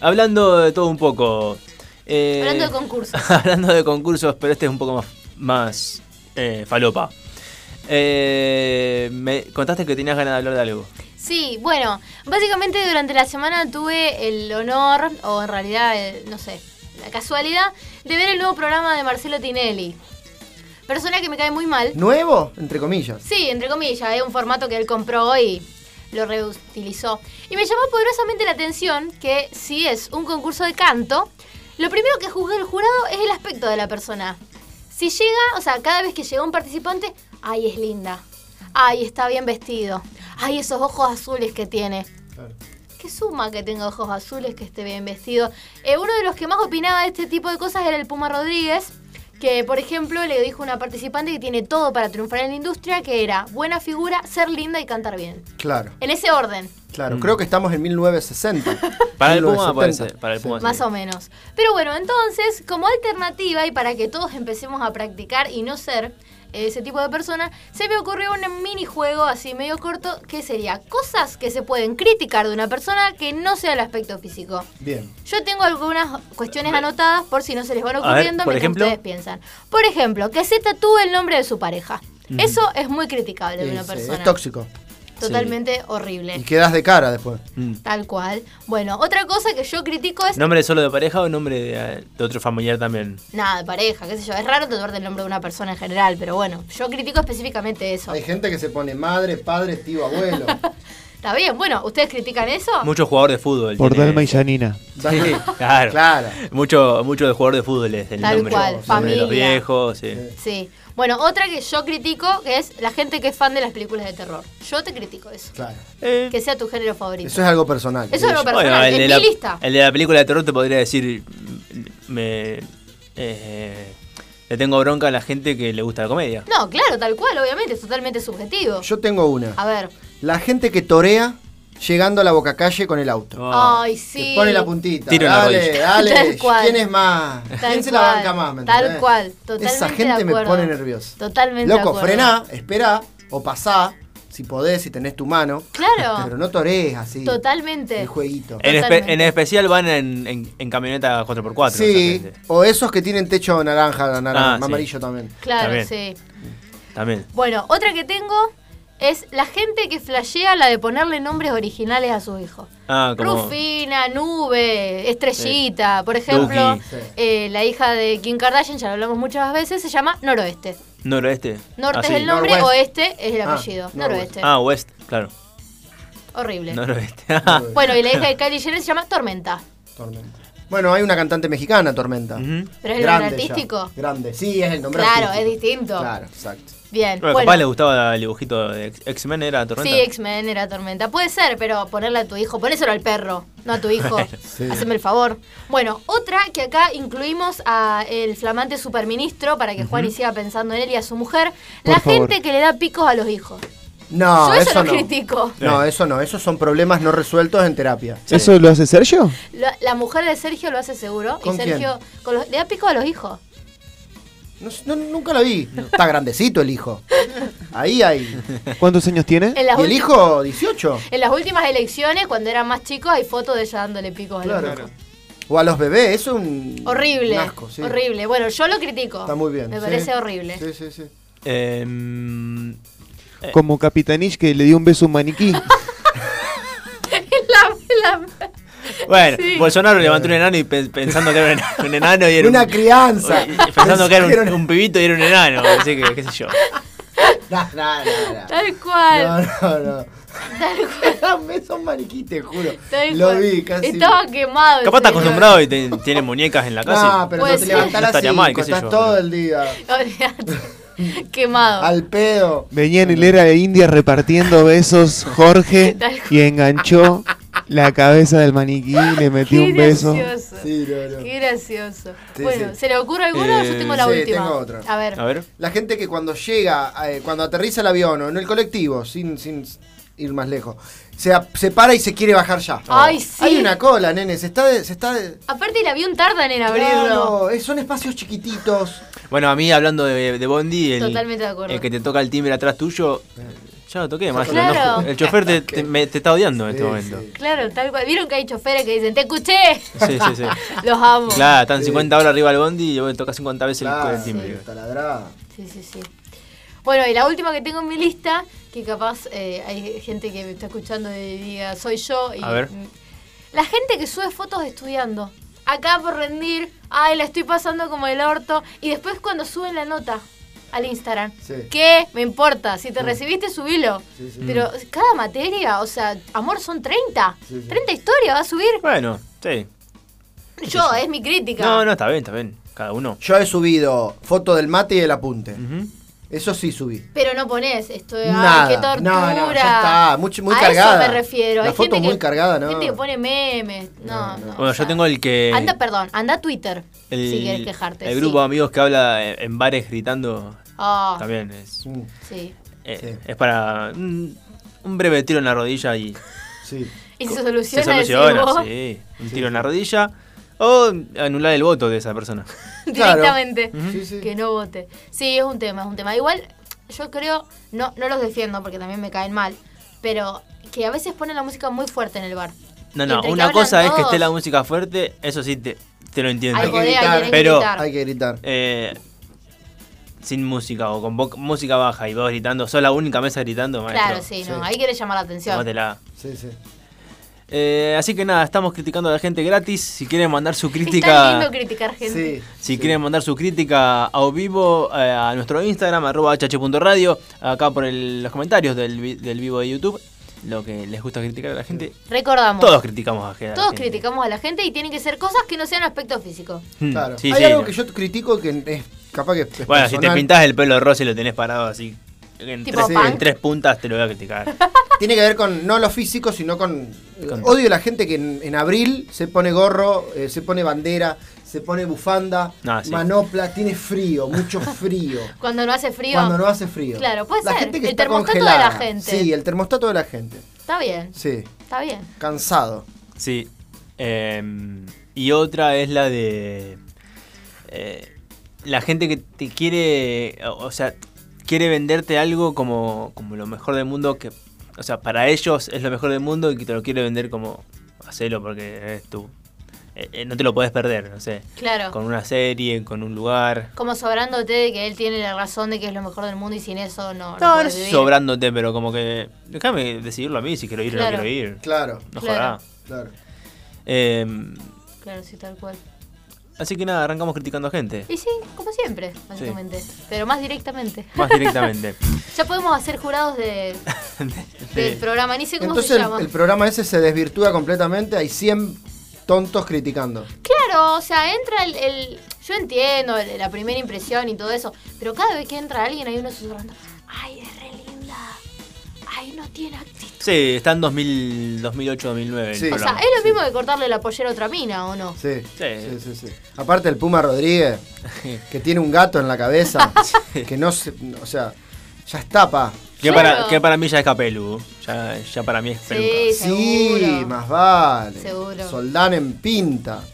[SPEAKER 4] Hablando de todo un poco. eh,
[SPEAKER 6] Hablando de concursos.
[SPEAKER 4] hablando de concursos, pero este es un poco más, más eh, falopa. Eh, me contaste que tenías ganas de hablar de algo.
[SPEAKER 6] Sí, bueno, básicamente durante la semana tuve el honor, o en realidad, el- no sé, la casualidad, de ver el nuevo programa de Marcelo Tinelli. Persona que me cae muy mal.
[SPEAKER 5] ¿Nuevo? Entre comillas.
[SPEAKER 6] Sí, entre comillas, es un formato que él compró y lo reutilizó. Y me llamó poderosamente la atención que si es un concurso de canto, lo primero que juzga el jurado es el aspecto de la persona. Si llega, o sea, cada vez que llega un participante, ay, es linda. Ay, está bien vestido. Ay, esos ojos azules que tiene. ¿Qué suma que tenga ojos azules, que esté bien vestido? Eh, uno de los que más opinaba de este tipo de cosas era el Puma Rodríguez, que por ejemplo le dijo a una participante que tiene todo para triunfar en la industria, que era buena figura, ser linda y cantar bien.
[SPEAKER 5] Claro,
[SPEAKER 6] En ese orden,
[SPEAKER 5] claro. Creo que estamos en 1960.
[SPEAKER 4] Mm. Para el Puma
[SPEAKER 5] 1970.
[SPEAKER 4] parece. Para el Puma
[SPEAKER 6] más
[SPEAKER 4] sí.
[SPEAKER 6] o menos. Pero bueno, entonces, como alternativa y para que todos empecemos a practicar y no ser eh, ese tipo de persona, se me ocurrió un minijuego así medio corto que sería cosas que se pueden criticar de una persona que no sea el aspecto físico.
[SPEAKER 5] Bien.
[SPEAKER 6] Yo tengo algunas cuestiones anotadas por si no se les van
[SPEAKER 4] ver,
[SPEAKER 6] ocurriendo
[SPEAKER 4] por
[SPEAKER 6] mientras
[SPEAKER 4] ejemplo.
[SPEAKER 6] ustedes piensan. Por ejemplo, que se tatúe el nombre de su pareja. Eso es muy criticable de una
[SPEAKER 5] Sí, sí,
[SPEAKER 6] persona.
[SPEAKER 5] es tóxico.
[SPEAKER 6] Totalmente
[SPEAKER 5] Y
[SPEAKER 6] horrible.
[SPEAKER 5] quedas de cara después.
[SPEAKER 4] Mm.
[SPEAKER 6] Tal cual. Bueno, otra cosa que yo critico es.
[SPEAKER 4] ¿Nombre solo de pareja o nombre de, eh, de otro familiar también?
[SPEAKER 6] Nada, de pareja, qué sé yo. Es raro tatuarte el nombre de una persona en general, pero bueno, yo critico específicamente eso.
[SPEAKER 5] Hay gente que se pone madre, padre, tío, abuelo.
[SPEAKER 6] ¿Está bien? Bueno, ¿ustedes critican eso?
[SPEAKER 4] Mucho jugador de fútbol.
[SPEAKER 7] Por
[SPEAKER 4] tiene-
[SPEAKER 7] Dalma y Janina.
[SPEAKER 4] Sí, claro.
[SPEAKER 5] Claro.
[SPEAKER 4] Mucho, mucho de jugador de fútbol es el
[SPEAKER 6] Tal
[SPEAKER 4] nombre.
[SPEAKER 6] cual,
[SPEAKER 4] Nombre de los
[SPEAKER 6] familia.
[SPEAKER 4] viejos, sí.
[SPEAKER 6] Sí. Bueno, otra que yo critico es la gente que es fan de las películas de terror. Yo te critico eso.
[SPEAKER 5] Claro.
[SPEAKER 4] Eh,
[SPEAKER 6] Que sea tu género favorito.
[SPEAKER 5] Eso es algo personal. Eh,
[SPEAKER 6] Eso es algo
[SPEAKER 4] bueno,
[SPEAKER 6] personal,
[SPEAKER 4] el,
[SPEAKER 6] en
[SPEAKER 4] de
[SPEAKER 6] mi
[SPEAKER 4] la,
[SPEAKER 6] lista.
[SPEAKER 4] el de la película de terror te podría decir. mm, Me, eh, le tengo bronca a la gente que le gusta la comedia.
[SPEAKER 6] No, claro, tal cual, obviamente, es totalmente subjetivo.
[SPEAKER 5] Yo tengo una.
[SPEAKER 6] A ver.
[SPEAKER 5] La gente que torea llegando a la boca calle con el auto.
[SPEAKER 4] Ah,
[SPEAKER 6] Ay,
[SPEAKER 5] Que
[SPEAKER 6] sí.
[SPEAKER 5] pone la puntita.
[SPEAKER 4] Tiro en la
[SPEAKER 5] dale,
[SPEAKER 4] rodilla.
[SPEAKER 5] dale.
[SPEAKER 6] Tal cual.
[SPEAKER 5] ¿Quién es más?
[SPEAKER 6] Tal
[SPEAKER 5] ¿Quién se la
[SPEAKER 6] cual,
[SPEAKER 5] banca más? ¿me
[SPEAKER 6] Tal
[SPEAKER 5] entendés?
[SPEAKER 6] cual, totalmente
[SPEAKER 5] Esa
[SPEAKER 6] de
[SPEAKER 5] gente me
[SPEAKER 6] acuerdo.
[SPEAKER 5] pone nervioso.
[SPEAKER 6] Totalmente de
[SPEAKER 5] Loco,
[SPEAKER 6] acuerdo.
[SPEAKER 5] frená, esperá o pasá, si podés, si tenés tu mano.
[SPEAKER 6] Claro.
[SPEAKER 5] Pero no torees así.
[SPEAKER 6] Totalmente.
[SPEAKER 5] El jueguito.
[SPEAKER 4] en, espe-
[SPEAKER 6] totalmente.
[SPEAKER 4] en especial van en, en- en camioneta 4x4.
[SPEAKER 5] Sí,
[SPEAKER 4] esa gente.
[SPEAKER 5] o esos que tienen techo naranja, naranja
[SPEAKER 4] Ah, sí.
[SPEAKER 5] amarillo también.
[SPEAKER 6] Claro,
[SPEAKER 4] Está
[SPEAKER 6] sí.
[SPEAKER 4] También.
[SPEAKER 6] Bueno, otra que tengo es la gente que flashea la de ponerle nombres originales a sus hijos.
[SPEAKER 4] Ah, como.
[SPEAKER 6] Rufina, Nube, Estrellita, por ejemplo,
[SPEAKER 4] Duki.
[SPEAKER 5] Sí.
[SPEAKER 6] eh, la hija de Kim Kardashian, ya lo hablamos muchas veces, se llama Noroeste.
[SPEAKER 4] Noroeste.
[SPEAKER 6] Norte
[SPEAKER 4] Ah, sí.
[SPEAKER 6] es el nombre,
[SPEAKER 5] Noroeste.
[SPEAKER 6] oeste es el
[SPEAKER 5] Ah,
[SPEAKER 6] apellido.
[SPEAKER 5] noroeste.
[SPEAKER 6] noroeste.
[SPEAKER 4] Ah, West, claro.
[SPEAKER 6] Horrible.
[SPEAKER 4] Noroeste.
[SPEAKER 6] Bueno, y la hija de Kylie Jenner se llama Tormenta.
[SPEAKER 5] Tormenta. Bueno, hay una cantante mexicana, Tormenta.
[SPEAKER 4] Ujú.
[SPEAKER 6] Pero es el nombre
[SPEAKER 5] ya.
[SPEAKER 6] artístico.
[SPEAKER 5] Grande, sí, es el nombre
[SPEAKER 6] Claro,
[SPEAKER 5] artístico.
[SPEAKER 6] es distinto.
[SPEAKER 5] Claro, exacto.
[SPEAKER 6] Bien.
[SPEAKER 4] Bueno,
[SPEAKER 6] bueno.
[SPEAKER 4] capaz le gustaba el dibujito de X- X-Men, era Tormenta.
[SPEAKER 6] Sí, X-Men era tormenta. Puede ser, pero ponerle a tu hijo, ponéselo al perro, no a tu hijo. Haceme el favor. Bueno, otra que acá incluimos a el flamante superministro para que Juan y siga pensando en él y a su mujer,
[SPEAKER 7] Por
[SPEAKER 6] la
[SPEAKER 7] favor.
[SPEAKER 6] gente que le da picos a los hijos.
[SPEAKER 5] No,
[SPEAKER 6] Yo eso
[SPEAKER 5] eso
[SPEAKER 6] lo
[SPEAKER 5] no.
[SPEAKER 6] critico.
[SPEAKER 5] No, eso no, esos son problemas no resueltos en terapia.
[SPEAKER 7] ¿Eso lo hace Sergio?
[SPEAKER 6] La, la mujer de Sergio lo hace seguro
[SPEAKER 5] ¿Con
[SPEAKER 6] y Sergio con los- le da picos a los hijos.
[SPEAKER 5] No sé, no- nunca la vi. Está grandecito el hijo. Ahí hay.
[SPEAKER 7] ¿Cuántos años tiene?
[SPEAKER 6] En las,
[SPEAKER 5] ¿Y el
[SPEAKER 6] ulti-
[SPEAKER 5] hijo 18?
[SPEAKER 6] en las últimas elecciones, cuando eran más chicos, hay fotos de ella dándole picos a los
[SPEAKER 5] Claro.
[SPEAKER 6] hijos.
[SPEAKER 5] O a los bebés, eso es un.
[SPEAKER 6] Horrible.
[SPEAKER 5] un asco, sí.
[SPEAKER 6] Horrible. Bueno, yo lo critico.
[SPEAKER 5] Está muy bien.
[SPEAKER 6] Me
[SPEAKER 5] sí.
[SPEAKER 6] parece horrible.
[SPEAKER 5] Sí, sí, sí.
[SPEAKER 4] Em,
[SPEAKER 7] Como Capitanich que le dio un beso a un maniquí.
[SPEAKER 6] La- la-
[SPEAKER 4] Bueno, Bolsonaro levantó un enano y pe- pensando que era un enano, un enano y era
[SPEAKER 5] Una
[SPEAKER 4] un-
[SPEAKER 5] crianza.
[SPEAKER 4] Pensando que era un,
[SPEAKER 5] Pensaron-
[SPEAKER 4] un pibito y era un enano, así que qué sé yo.
[SPEAKER 5] No, no, no, no.
[SPEAKER 6] Tal cual.
[SPEAKER 5] No, no, no. Me son maniquí, te juro.
[SPEAKER 6] tal
[SPEAKER 5] Lo
[SPEAKER 6] cual.
[SPEAKER 5] vi casi.
[SPEAKER 6] Estaba quemado.
[SPEAKER 4] Capaz
[SPEAKER 6] ese
[SPEAKER 4] está
[SPEAKER 6] señor.
[SPEAKER 4] acostumbrado y te- tiene muñecas en la casa.
[SPEAKER 5] No,
[SPEAKER 4] y-
[SPEAKER 5] pero
[SPEAKER 6] Puede
[SPEAKER 5] no te
[SPEAKER 6] ser.
[SPEAKER 5] levantás
[SPEAKER 4] No
[SPEAKER 5] a las
[SPEAKER 4] estaría mal,
[SPEAKER 5] 5,
[SPEAKER 4] qué sé
[SPEAKER 5] estás
[SPEAKER 4] yo.
[SPEAKER 5] todo el día
[SPEAKER 6] Olvídate. quemado.
[SPEAKER 5] al pedo.
[SPEAKER 7] Venía en hilera de India repartiendo besos Jorge
[SPEAKER 6] Tal
[SPEAKER 7] y enganchó la cabeza del maniquí y le metió
[SPEAKER 6] Qué
[SPEAKER 7] un beso.
[SPEAKER 6] gracioso.
[SPEAKER 5] Sí, no, no.
[SPEAKER 6] Qué gracioso.
[SPEAKER 5] Sí,
[SPEAKER 6] bueno,
[SPEAKER 5] sí.
[SPEAKER 6] ¿se le ocurre alguno o yo
[SPEAKER 4] Eh,
[SPEAKER 6] tengo la
[SPEAKER 5] sí,
[SPEAKER 6] última?
[SPEAKER 5] tengo otra.
[SPEAKER 6] A ver.
[SPEAKER 4] A ver.
[SPEAKER 5] La gente que cuando llega, eh, cuando aterriza el avión o en el colectivo, sin, sin ir más lejos, se, ap- se para y se quiere bajar ya.
[SPEAKER 6] Ay, sí.
[SPEAKER 5] Hay una cola, nene, se está... de- se está de-
[SPEAKER 6] Aparte el avión tardan en abrirlo.
[SPEAKER 5] Claro, eh, son espacios chiquititos.
[SPEAKER 4] Bueno, a mí hablando de, de Bondi, el,
[SPEAKER 6] Totalmente de acuerdo.
[SPEAKER 4] el que te toca el timbre atrás tuyo, ya lo toqué, más
[SPEAKER 6] Claro.
[SPEAKER 4] el chofer te, te- me- te está odiando en este
[SPEAKER 5] Sí,
[SPEAKER 4] momento.
[SPEAKER 5] sí.
[SPEAKER 6] Claro, tal cual. ¿Vieron que hay choferes que dicen, te escuché?
[SPEAKER 4] Sí, sí, sí.
[SPEAKER 6] Los amo.
[SPEAKER 4] Claro, están 50 horas arriba del Bondi y vos le tocas 50 veces el-
[SPEAKER 5] Claro,
[SPEAKER 4] el, timbre.
[SPEAKER 5] está ladrada.
[SPEAKER 6] Sí, sí, sí. Bueno, y la última que tengo en mi lista, que capaz eh, hay gente que me está escuchando y diga, soy yo. Y,
[SPEAKER 4] A ver.
[SPEAKER 6] La gente que sube fotos estudiando. Acá por rendir, ay, la estoy pasando como el orto. Y después cuando suben la nota al Instagram.
[SPEAKER 5] Sí.
[SPEAKER 6] ¿Qué? Me importa. Si te recibiste, subilo.
[SPEAKER 5] Sí, sí. Mm.
[SPEAKER 6] Pero cada materia, o sea, amor, son 30.
[SPEAKER 5] Sí, sí.
[SPEAKER 6] 30 historias va a subir.
[SPEAKER 4] Bueno, sí.
[SPEAKER 6] Yo, es mi crítica.
[SPEAKER 4] No, no, está bien, está bien. Cada uno.
[SPEAKER 5] Yo he subido foto del mate y el apunte.
[SPEAKER 4] Ujú.
[SPEAKER 5] Eso sí subí.
[SPEAKER 6] Pero no pones esto de,
[SPEAKER 5] Nada.
[SPEAKER 6] ay, qué tortura.
[SPEAKER 5] No, no, ya está. Mucho- muy
[SPEAKER 6] a
[SPEAKER 5] cargada.
[SPEAKER 6] eso me refiero.
[SPEAKER 5] La
[SPEAKER 6] Hay
[SPEAKER 5] foto
[SPEAKER 6] gente
[SPEAKER 5] muy
[SPEAKER 6] que-
[SPEAKER 5] cargada, no.
[SPEAKER 6] Gente que pone memes. No, no.
[SPEAKER 4] Bueno,
[SPEAKER 6] o sea,
[SPEAKER 4] yo tengo el que.
[SPEAKER 6] Anda, perdón, anda a Twitter
[SPEAKER 4] el,
[SPEAKER 6] si quieres quejarte.
[SPEAKER 4] El
[SPEAKER 6] sí.
[SPEAKER 4] grupo de amigos que habla en, en bares gritando
[SPEAKER 6] Ah,
[SPEAKER 4] también es,
[SPEAKER 5] Mm,
[SPEAKER 6] sí.
[SPEAKER 4] eh,
[SPEAKER 5] Sí.
[SPEAKER 4] es para un, un breve tiro en la rodilla y
[SPEAKER 5] Sí.
[SPEAKER 6] Y se
[SPEAKER 4] se
[SPEAKER 6] soluciona,
[SPEAKER 4] soluciona.
[SPEAKER 6] decís vos,
[SPEAKER 4] Sí, un tiro en la rodilla o anular el voto de esa persona.
[SPEAKER 5] Claro.
[SPEAKER 6] directamente.
[SPEAKER 5] Sí, sí.
[SPEAKER 6] Que no vote. Sí, es un tema, es un tema. Igual, yo creo, no, no los defiendo porque también me caen mal, pero que a veces ponen la música muy fuerte en el bar.
[SPEAKER 4] No,
[SPEAKER 6] Y
[SPEAKER 4] no,
[SPEAKER 6] entre que
[SPEAKER 4] una
[SPEAKER 6] hablan
[SPEAKER 4] cosa es que
[SPEAKER 6] todos,
[SPEAKER 4] esté la música fuerte, eso sí te, te lo entiendo.
[SPEAKER 5] Hay
[SPEAKER 6] Al
[SPEAKER 5] que
[SPEAKER 6] poder,
[SPEAKER 5] gritar,
[SPEAKER 6] al
[SPEAKER 4] pero-
[SPEAKER 6] gritar.
[SPEAKER 5] Hay que gritar.
[SPEAKER 4] Eh, sin música o con vo- música baja y vos gritando, sos la única mesa gritando, maestro.
[SPEAKER 6] Claro, sí, no.
[SPEAKER 5] Sí.
[SPEAKER 6] Ahí querés llamar la atención.
[SPEAKER 4] Tómatela.
[SPEAKER 5] Sí, sí.
[SPEAKER 4] Eh, así que nada, estamos criticando a la gente gratis. Si quieren mandar su
[SPEAKER 6] Es tan
[SPEAKER 4] crítica,
[SPEAKER 6] lindo criticar gente.
[SPEAKER 5] Sí.
[SPEAKER 4] si quieren mandar su crítica a o vivo eh, a nuestro Instagram arroba hh.radio, acá por el- los comentarios del, vi- del vivo de YouTube, lo que les gusta criticar a la gente.
[SPEAKER 6] Recordamos.
[SPEAKER 4] Todos criticamos a la gente.
[SPEAKER 6] Todos criticamos a la gente y tienen que ser cosas que no sean aspecto físico.
[SPEAKER 4] Mm,
[SPEAKER 5] Claro.
[SPEAKER 4] sí,
[SPEAKER 5] Hay
[SPEAKER 4] sí,
[SPEAKER 5] algo
[SPEAKER 4] no.
[SPEAKER 5] que yo critico que es capaz que es
[SPEAKER 4] Bueno, si te
[SPEAKER 5] personal.
[SPEAKER 4] pintás el pelo de rosa y lo tenés parado así en,
[SPEAKER 6] Tipo
[SPEAKER 4] tres,
[SPEAKER 5] punk.
[SPEAKER 4] en tres puntas, te lo voy a criticar.
[SPEAKER 5] Tiene que ver con no lo físico, sino con. eh,
[SPEAKER 4] Con-
[SPEAKER 5] Odio la gente que en, en abril se pone gorro, eh, se pone bandera, se pone bufanda,
[SPEAKER 4] Ah, sí.
[SPEAKER 5] manopla, tiene frío, mucho frío.
[SPEAKER 6] Cuando no hace frío.
[SPEAKER 5] cuando no hace frío.
[SPEAKER 6] Claro, puede ser. El
[SPEAKER 5] está
[SPEAKER 6] termostato de la
[SPEAKER 5] congelada.
[SPEAKER 6] gente.
[SPEAKER 5] Sí, el termostato de la gente.
[SPEAKER 6] Está bien,
[SPEAKER 5] Sí,
[SPEAKER 6] está bien.
[SPEAKER 5] cansado.
[SPEAKER 4] Sí. Em, y otra es la de. eh, la gente que te quiere. O o sea, quiere venderte algo como, como lo mejor del mundo. que O sea, para ellos es lo mejor del mundo y que te lo quiere vender como. Hacelo porque es tu. eh, eh, no te lo podés perder, no sé.
[SPEAKER 6] Claro.
[SPEAKER 4] Con una serie, con un lugar.
[SPEAKER 6] Como sobrándote de que él tiene la razón de que es lo mejor del mundo y sin eso
[SPEAKER 4] No,
[SPEAKER 6] no.
[SPEAKER 4] no
[SPEAKER 6] puedes
[SPEAKER 4] es
[SPEAKER 6] vivir.
[SPEAKER 4] sobrándote, pero como que. Déjame decidirlo a mí si quiero ir o
[SPEAKER 6] Claro.
[SPEAKER 4] no quiero ir.
[SPEAKER 5] Claro,
[SPEAKER 4] No
[SPEAKER 6] Claro.
[SPEAKER 4] jodas.
[SPEAKER 5] claro.
[SPEAKER 4] Em,
[SPEAKER 6] Claro, sí, tal cual.
[SPEAKER 4] así que nada, arrancamos criticando a gente.
[SPEAKER 6] Y sí, como siempre, básicamente. Pero más directamente.
[SPEAKER 4] Más directamente.
[SPEAKER 6] Ya podemos hacer jurados de, del programa, ni sé cómo
[SPEAKER 5] Entonces
[SPEAKER 6] se
[SPEAKER 5] el,
[SPEAKER 6] llama.
[SPEAKER 5] el programa ese se desvirtúa completamente, hay 100 tontos criticando.
[SPEAKER 6] Claro, o sea, entra el. el- yo entiendo el- la primera impresión y todo eso, pero cada vez que entra alguien hay uno susurrando: ¡Ay, es re linda! ¡Ay, no tiene actitud!
[SPEAKER 4] Sí, está en 2000, 2008, 2009. el
[SPEAKER 5] Sí.
[SPEAKER 6] O sea,
[SPEAKER 4] programa.
[SPEAKER 6] es lo mismo que cortarle la pollera a otra mina, ¿o no?
[SPEAKER 5] Sí,
[SPEAKER 4] Sí.
[SPEAKER 5] sí, sí, sí. Aparte el Puma Rodríguez, que tiene un gato en la cabeza, que no se, o sea, ya está, pa.
[SPEAKER 4] que,
[SPEAKER 6] Claro.
[SPEAKER 4] para, que para mí ya es capelu. Ya, ya para mí es peluca.
[SPEAKER 6] Sí,
[SPEAKER 5] Sí,
[SPEAKER 6] seguro.
[SPEAKER 5] más vale.
[SPEAKER 6] Seguro.
[SPEAKER 5] Soldán en pinta.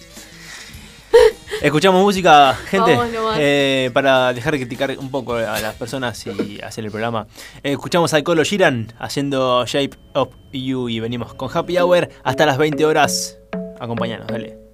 [SPEAKER 4] Escuchamos música, gente.
[SPEAKER 6] Vamos nomás.
[SPEAKER 4] eh, para dejar de criticar un poco a las personas y hacer el programa. Eh, escuchamos a Colo Giran haciendo Shape of You y venimos con Happy Hour hasta las 20 horas. Acompañanos, dale.